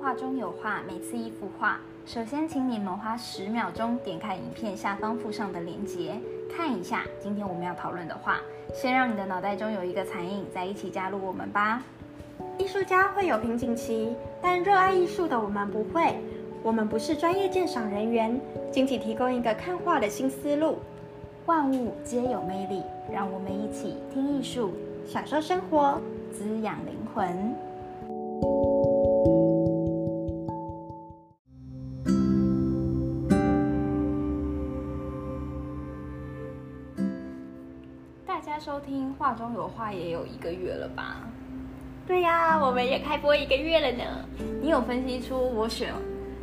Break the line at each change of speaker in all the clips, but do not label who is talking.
画中有画，每次一幅画。首先，请你们花十秒钟点开影片下方附上的链接，看一下今天我们要讨论的画。先让你的脑袋中有一个残影，再一起加入我们吧。
艺术家会有瓶颈期，但热爱艺术的我们不会。我们不是专业鉴赏人员，仅仅提供一个看画的新思路，
万物皆有魅力，让我们一起听艺术，
享受生活。
滋养灵魂。大家收听《画中有画》也有一个月了吧？
对呀、我们也开播一个月了呢。
你有分析出我选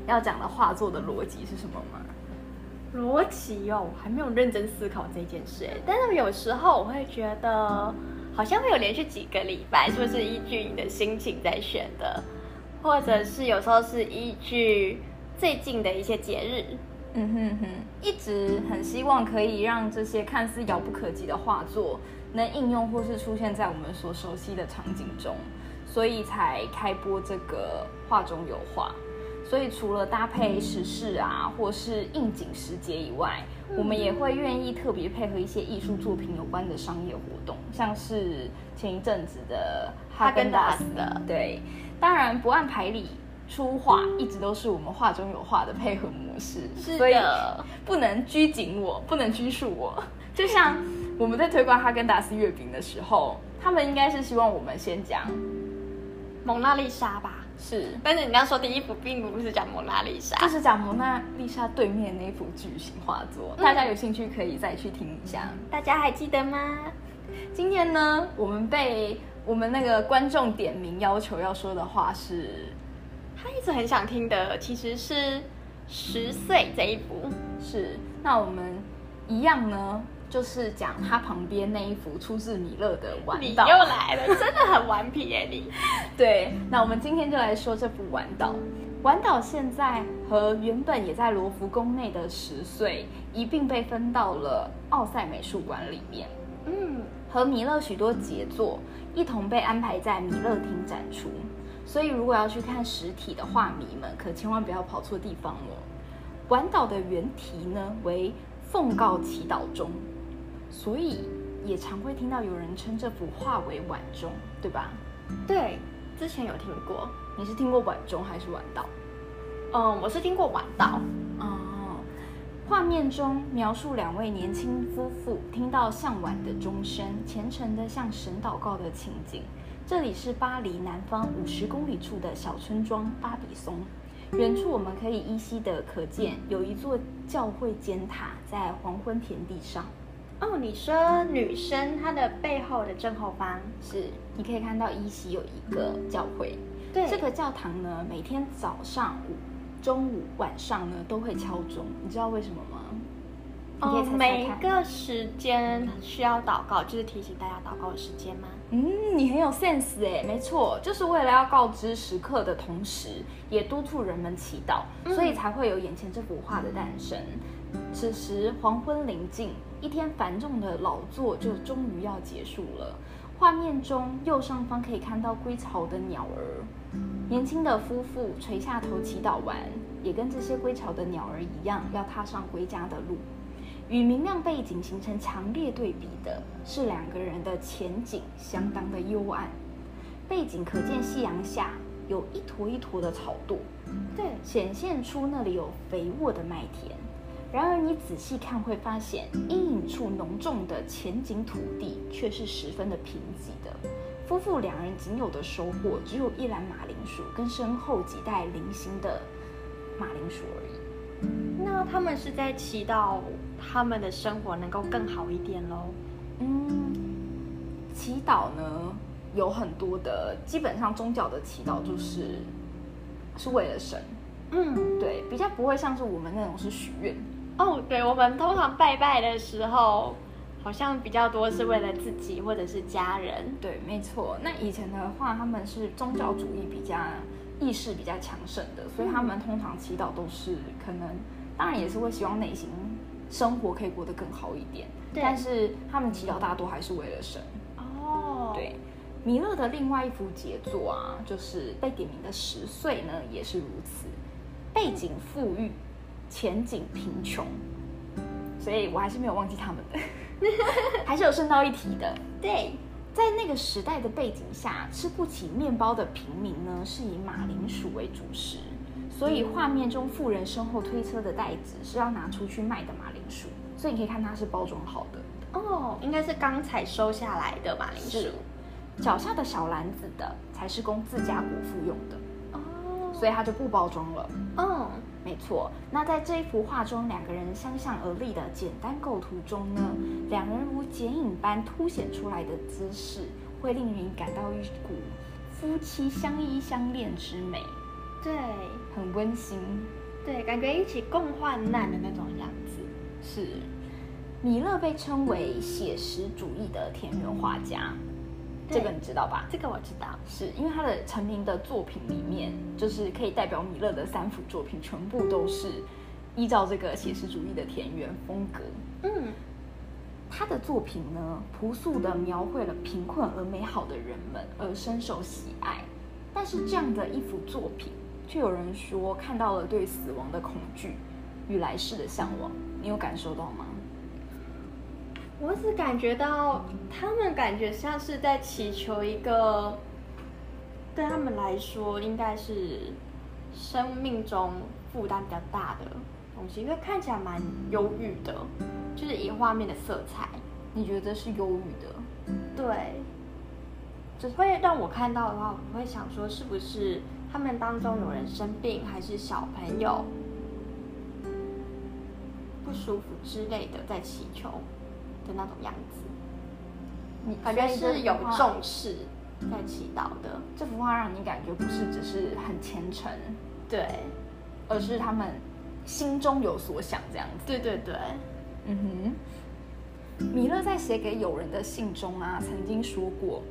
要讲的画作的逻辑是什么吗？
逻辑哦，我还没有认真思考这件事，但是有时候我会觉得，好像会有连续几个礼拜，是不是依据你的心情在选的，或者是有时候是依据最近的一些节日。
嗯哼哼，一直很希望可以让这些看似遥不可及的画作能应用或是出现在我们所熟悉的场景中，所以才开播这个画中有画。所以除了搭配时事啊，或是应景时节以外，
嗯
我们也会愿意特别配合一些艺术作品有关的商业活动，像是前一阵子的哈根达斯
哈根达斯
的，对，当然不按牌理出画，一直都是我们画中有画的配合模式，所以不能拘谨我， 不能拘束我。就像我们在推广哈根达斯月饼的时候，他们应该是希望我们先讲
蒙娜丽莎吧。
是，
但是你刚说第一部并不是讲蒙娜丽莎，
就是讲蒙娜丽莎对面那幅巨型画作，大家有兴趣可以再去听一下。
大家还记得吗？
今天呢，我们被我们那个观众点名要求要说的话是
他一直很想听的其实是十岁这一部，
是，那我们一样呢，就是讲他旁边那一幅出自米勒的《晚
你又
岛》。
来了，真的很顽皮耶、你。
对，那我们今天就来说这幅《晚岛》。《晚岛》现在和原本也在罗浮宫内的《十岁》一并被分到了奥赛美术馆里面，
嗯，
和米勒许多杰作一同被安排在米勒厅展出。所以，如果要去看实体的画迷们，可千万不要跑错地方了。《晚岛》的原题呢为《奉告祈祷钟》，所以也常会听到有人称这幅画为晚钟，对吧？
对，之前有听过，
你是听过晚钟还是晚岛？
嗯，我是听过晚道，
哦，画面中描述两位年轻夫妇听到向晚的钟声，虔诚地向神祷告的情景。这里是巴黎南方五十公里处的小村庄巴比松，远处我们可以依稀的可见有一座教会尖塔在黄昏田地上。
哦，你说女生她的背后的正后方
是，你可以看到依稀有一个教会。
对
这个教堂呢，每天早上、午、中午、晚上呢都会敲钟，你知道为什么吗？
哦
你可以猜猜，看
每个时间需要祷告，就是提醒大家祷告的时间吗？
嗯，你很有 sense 哎，没错，就是为了要告知时刻的同时，也督促人们祈祷，
嗯
所以才会有眼前这幅画的诞生。此时黄昏临近，一天繁重的劳作就终于要结束了。画面中右上方可以看到归巢的鸟儿，年轻的夫妇垂下头祈祷完，也跟这些归巢的鸟儿一样，要踏上归家的路。与明亮背景形成强烈对比的是两个人的前景相当的幽暗。背景可见夕阳下有一坨一坨的草垛，
对，
显现出那里有肥沃的麦田。然而你仔细看会发现，阴影处浓重的前景土地却是十分的贫瘠的。夫妇两人仅有的收获只有一篮马铃薯跟身后几袋零星的马铃薯而已。
那他们是在祈祷他们的生活能够更好一点喽。
嗯，祈祷呢有很多的，基本上宗教的祈祷就是是为了神，
嗯，
对，比较不会像是我们那种是许愿，
哦，对，我们通常拜拜的时候，好像比较多是为了自己或者是家人。
对，没错。那以前的话，他们是宗教主义比较意识比较强盛的，所以他们通常祈祷都是可能，当然也是会希望内心生活可以过得更好一点，
对
但是他们祈祷大多还是为了神，
哦，
对，弥勒的另外一幅杰作啊，就是被点名的《十岁》呢，也是如此，背景富裕，前景贫穷，所以我还是没有忘记他们的， 还是有顺道一提的。
对，
在那个时代的背景下，吃不起面包的平民呢，是以马铃薯为主食，所以画面中富人身后推车的袋子是要拿出去卖的马铃薯，所以你可以看它是包装好的。
哦，应该是刚才收下来的马铃薯
是。脚下的小篮子的才是供自家果腹用的，
哦，
所以它就不包装了。
哦，
没错，那在这一幅画中，两个人相向而立的简单构图中呢，两人如剪影般凸显出来的姿势，会令人感到一股夫妻相依相恋之美，
对
很温馨。
对，感觉一起共患难的那种样子。
是，米勒被称为写实主义的田园画家，
对
这个你知道吧？
这个我知道。
是因为他的成名的作品里面，就是可以代表米勒的三幅作品，全部都是依照这个写实主义的田园风格。
嗯，
他的作品呢，朴素地描绘了贫困而美好的人们，而深受喜爱。但是这样的一幅作品，却有人说看到了对死亡的恐惧与来世的向往，你有感受到吗？
我只感觉到他们感觉像是在祈求一个，对他们来说应该是生命中负担比较大的东西，因为看起来蛮忧郁的，就是以画面的色彩，
你觉得是忧郁的？
对，只会让我看到的话，我会想说是不是他们当中有人生病，还是小朋友不舒服之类的在祈求的那种样子。
你
感觉是有
所以这幅画
重视在祈祷的，
这幅画让你感觉不是只是很虔诚，
对，
而是他们心中有所想这样子。
对对对，
嗯哼，米勒在写给友人的信中啊，曾经说过，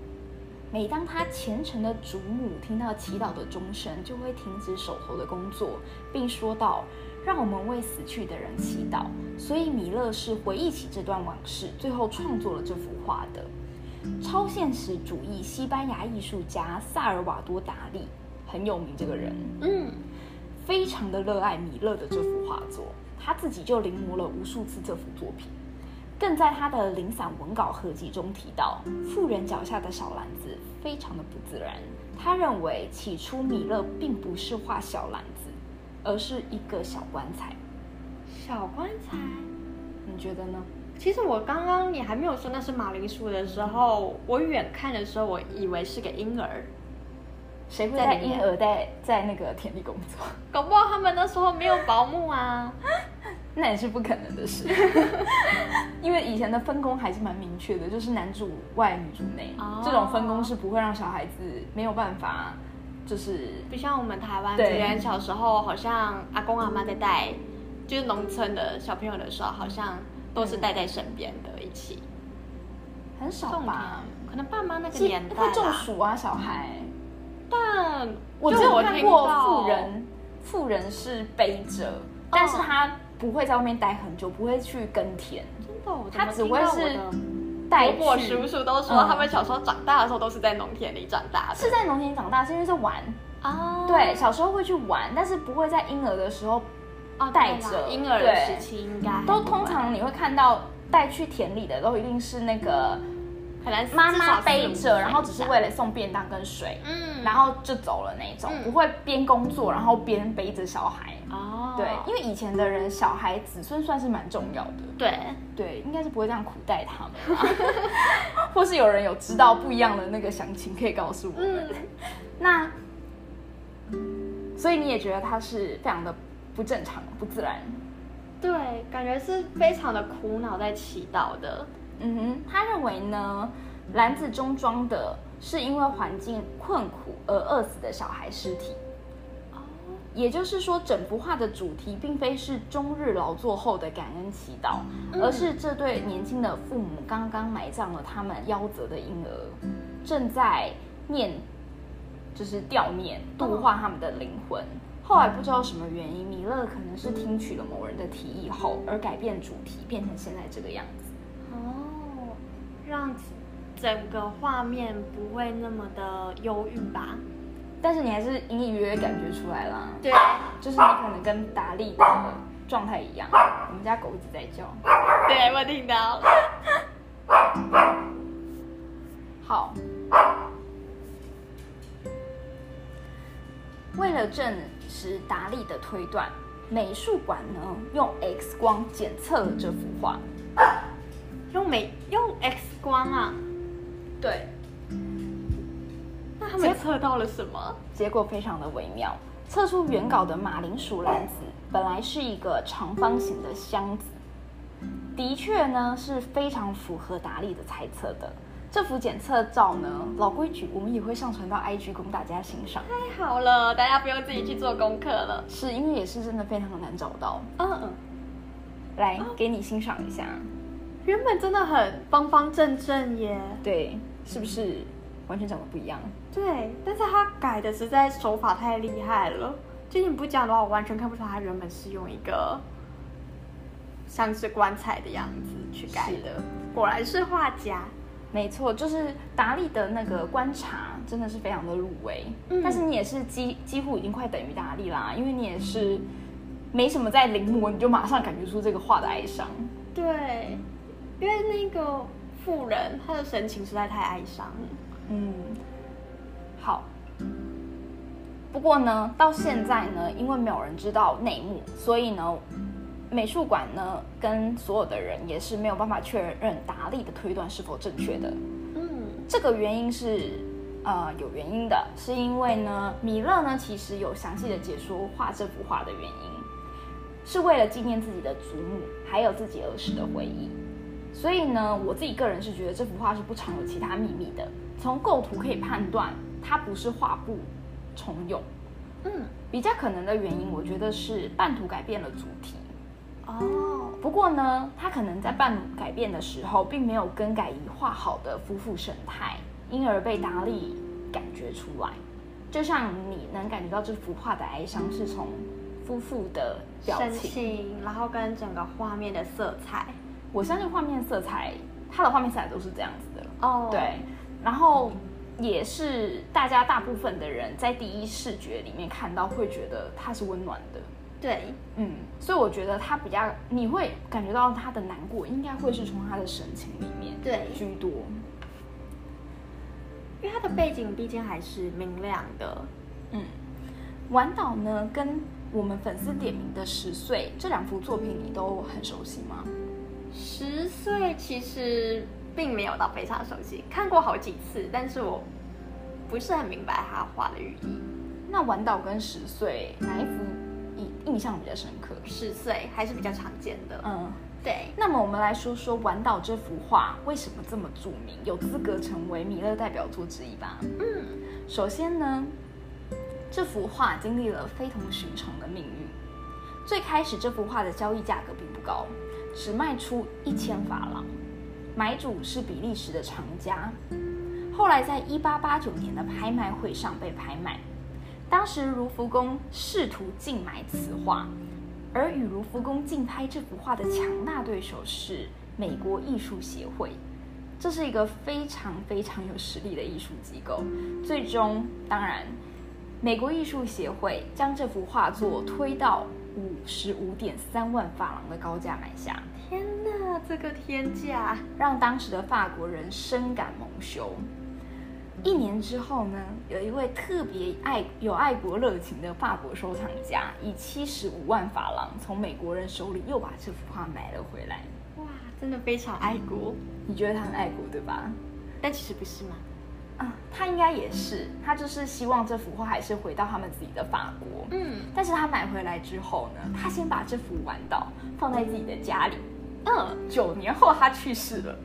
每当他虔诚的祖母听到祈祷的钟声，就会停止手头的工作，并说道：“让我们为死去的人祈祷。”所以米勒是回忆起这段往事，最后创作了这幅画的。超现实主义西班牙艺术家萨尔瓦多·达利很有名，这个人。
嗯，
非常的热爱米勒的这幅画作，他自己就临摹了无数次这幅作品，更在他的零散文稿合集中提到，富人脚下的小篮子非常的不自然。他认为起初米勒并不是画小篮子，而是一个小棺材。
小棺材。
你觉得呢？
其实我刚刚你还没有说那是马铃薯的时候，我远看的时候，我以为是个婴儿，
谁会
在
带
里面
婴儿在在那个田地工作？
搞不好他们那时候没有保姆啊。
那也是不可能的事，因为以前的分工还是蛮明确的，就是男主外女主内、
哦
这种分工是不会让小孩子没有办法，就是
不像我们台湾，
对
别人小时候好像阿公阿妈在带，就是农村的小朋友的时候，好像都是带在身边的，一起
很少
种
吧
吧，，可能爸妈那个
其实
年代啦
会中暑啊，小孩。
但
我
就
只有看
听
过
到
富人，富人是背着，但是他不会在外面待很久，不会去耕田，
真的，我怎
他
么
只
听
会
到我
是
的
带
伯伯
去
叔叔都说，
嗯
他们小时候长大的时候都是在农田里长大的
是在农田长大，是因为在玩。
啊
对，小时候会去玩，但是不会在婴儿的时候
哦
带
对啦
着
婴儿的
对
时期应该还
都
不
通
会
常你会看到带去田里的都一定是那个
可能
妈
至少
妈
四
背
五
着，
岁
然后
以
只是
下
为了送便当跟水，
嗯
然后就走了那一种，
嗯
不会边工作然后边背着小孩。
哦
对，因为以前的人小孩子孙算是蛮重要的，
对
对，应该是不会这样苦待他们 啦，或是有人有知道不一样的那个详情可以告诉我们。那，所以你也觉得他是非常的不正常、不自然。
对，感觉是非常的苦恼在祈祷的，
嗯哼，他认为呢，篮子中装的是因为环境困苦而饿死的小孩尸体。哦也就是说，整幅画的主题并非是终日劳作后的感恩祈祷，而是这对年轻的父母刚刚埋葬了他们夭折的婴儿，正在念，就是悼念度化他们的灵魂。后来不知道什么原因，米勒可能是听取了某人的提议后而改变主题，变成现在这个样子。
哦，让整个画面不会那么的忧郁吧？
但是你还是隐隐约约感觉出来啦，
对，
就是你可能跟达利的状态一样，我们家狗一直在叫。
对我听到。
好，为了证实达利的推断，美术馆呢用 X 光检测了这幅画。
用美用 X 光啊？
对，
那他们测到了什么？
结果非常的微妙。测出原稿的马铃薯篮子本来是一个长方形的箱子，的确呢是非常符合达利的猜测的。这幅检测照呢，老规矩，我们也会上传到 IG 供大家欣赏，
太好了，大家不用自己去做功课了。
是因为也是真的非常难找到。
嗯嗯，
来，给你欣赏一下，
原本真的很方方正正耶。
对，是不是完全长得不一样？
对，但是他改的实在手法太厉害了。就你不讲的话，我完全看不出他原本是用一个像是棺材的样子去改的。果然是画家。
没错，就是达利的那个观察真的是非常的入围，
嗯
但是你也是几几乎已经快等于达利啦，因为你也是没什么在临摹，你就马上感觉出这个画的哀伤。
对，因为那个妇人她的神情实在太哀伤了。
嗯，好。不过呢，到现在呢，因为没有人知道内幕，所以呢，美术馆呢跟所有的人也是没有办法确认达利的推断是否正确的。
嗯，
这个原因是，呃，有原因的，是因为呢，米勒呢其实有详细的解说画这幅画的原因，是为了纪念自己的祖母，还有自己儿时的回忆。所以呢，我自己个人是觉得这幅画是不藏有其他秘密的。从构图可以判断，它不是画布重用。
嗯，
比较可能的原因，我觉得是半途改变了主题。
哦，
不过呢，他可能在半路改变的时候，并没有更改已画好的夫妇神态，因而被达利感觉出来。就像你能感觉到这幅画的哀伤是从夫妇的表
神
情，
情，然后跟整个画面的色彩。
我相信画面色彩，它的画面色彩都是这样子的。
哦，
对，然后也是大家大部分的人在第一视觉里面看到，会觉得它是温暖的。
对，
嗯，所以我觉得他比较，你会感觉到他的难过，应该会是从他的神情里面
对
居多。
因为它的背景毕竟还是明亮的。
嗯，晚岛呢，跟我们粉丝点名的《十岁》这两幅作品，你都很熟悉吗？
十岁其实并没有到非常熟悉，看过好几次，但是我不是很明白他画的寓意。
那晚岛跟《十岁》哪一幅印印象比较深刻？
十岁还是比较常见的。
嗯，
对，
那么我们来说说晚岛这幅画为什么这么著名，有资格成为米勒代表作之一吧？嗯，首先呢，这幅画经历了非同寻常的命运。最开始这幅画的交易价格并不高，只卖出一千法郎，买主是比利时的藏家。后来在1889年的拍卖会上被拍卖，当时卢浮宫试图竞买此画，而与卢浮宫竞拍这幅画的强大对手是美国艺术协会，这是一个非常非常有实力的艺术机构。最终，当然，美国艺术协会将这幅画作推到五十五点三万法郎的高价买下，
天哪，这个天价！
让当时的法国人深感蒙羞。一年之后呢，有一位特别爱有爱国热情的法国收藏家，以七十五万法郎从美国人手里又把这幅画买了回来。
哇，真的非常爱国，
你觉得他很爱国对吧？
但其实不是嘛。
啊，他应该也是，他就是希望这幅画还是回到他们自己的法国。
嗯
但是他买回来之后呢，他先把这幅玩到放在自己的家里，呃
嗯，
九年后他去世了，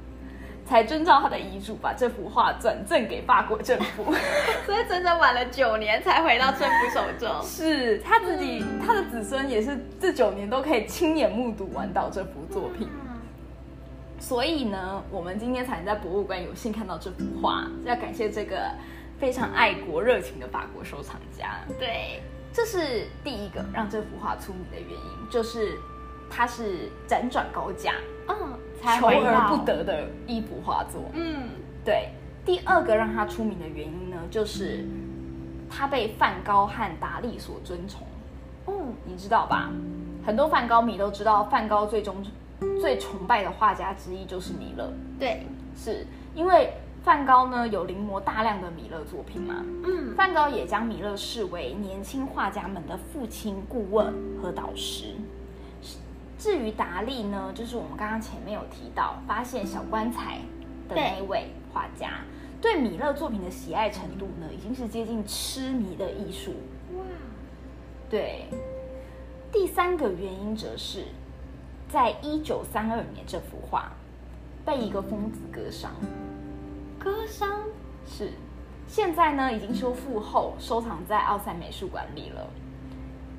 才遵照他的遗嘱把这幅画转赠给法国政府。。
嗯所以整整晚了九年才回到政府手中
是他自己，他的子孙也是这九年都可以亲眼目睹玩到这幅作品。所以呢，我们今天才能在博物馆有幸看到这幅画，要感谢这个非常爱国热情的法国收藏家。
对，
这是第一个让这幅画出名的原因，就是它是辗转高价，
嗯，才
求
回
而
到
不。得的一幅画作。
嗯，
对，第二个让他出名的原因呢，就是他被梵高和达利所尊崇。
嗯，
你知道吧？很多梵高迷都知道，梵高最终最崇拜的画家之一就是米勒，
对，
是因为梵高呢有临摹大量的米勒作品嘛。
嗯，
梵高也将米勒视为年轻画家们的父亲、顾问和导师。至于达利呢，就是我们刚刚前面有提到发现小棺材的那一位画家，对米勒作品的喜爱程度呢，已经是接近痴迷的艺术
哇，
对，第三个原因则是，在一九三二年这幅画被一个疯子割伤，
歌声
是现在呢已经修复后收藏在奥赛美术馆里了。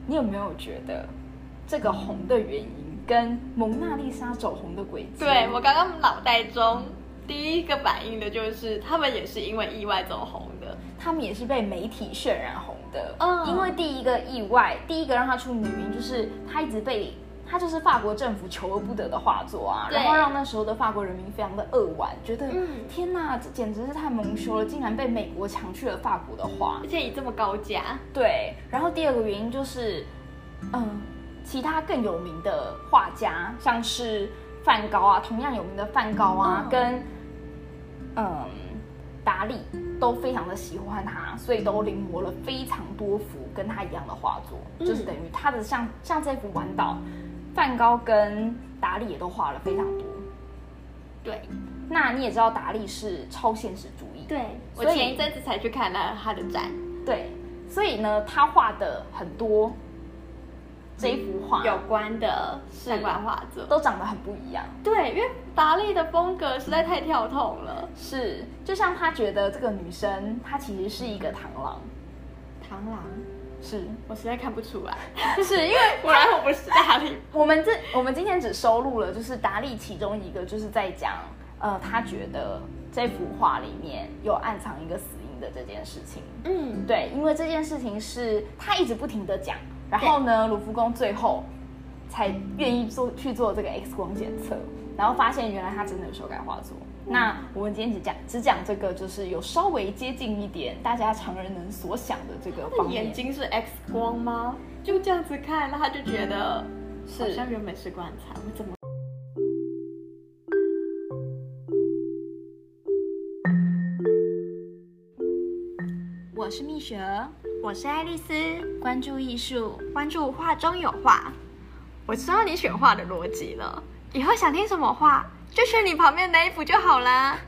你有没有觉得这个红的原因跟蒙娜丽莎走红的轨迹？
对我刚刚脑袋中第一个反应的就是，他们也是因为意外走红的。
他们也是被媒体渲染红的。
嗯
因为第一个意外，第一个让他出名的原因就是他一直被他就是法国政府求而不得的画作啊，
对
然后让那时候的法国人民非常的扼腕，觉得、
嗯
天哪，这简直是太蒙羞了，竟然被美国抢去了法国的画
而。且以这么高价，
对，然后第二个原因就是，嗯，其他更有名的画家，像是梵高啊，同样有名的梵高啊，
嗯
跟嗯达利都非常的喜欢他，所以都临摹了非常多幅跟他一样的画作，就是
嗯
等于他的像像这幅《玩岛》，梵高跟达利也都画了非常多。
对
那你也知道达利是超现实主义，
对，我
所以
前一阵子才去看了他的展，
对，所以呢，他画的很多这一幅画
有关的相关画作。
都长得很不一样。
对，因为达利的风格实在太跳痛了。
是，就像他觉得这个女生她其实是一个螳螂，
螳螂，
是，
我实在看不出来，
是因为
果然 我不是达利。
我们这我们今天只收录了就是达利其中一个，就是在讲呃，他觉得这幅画里面有暗藏一个死因的这件事情。
嗯，
对，因为这件事情是他一直不停的讲，然后呢，卢浮宫最后才愿意做去做这个 X 光检测，然后发现原来他真的有修改画作。
嗯
那我们今天只讲只讲这个，就是有稍微接近一点大家常人能所想的这个
他
方
的
面
眼。睛是 X 光吗？就这样子看，那他就觉得
是
好像原本是棺材，我怎么？
我是蜜雪，
我是爱丽丝，
关注艺术。
关注画中有画。
我知道你选画的逻辑了，以后想听什么画就选你旁边那一幅就好啦。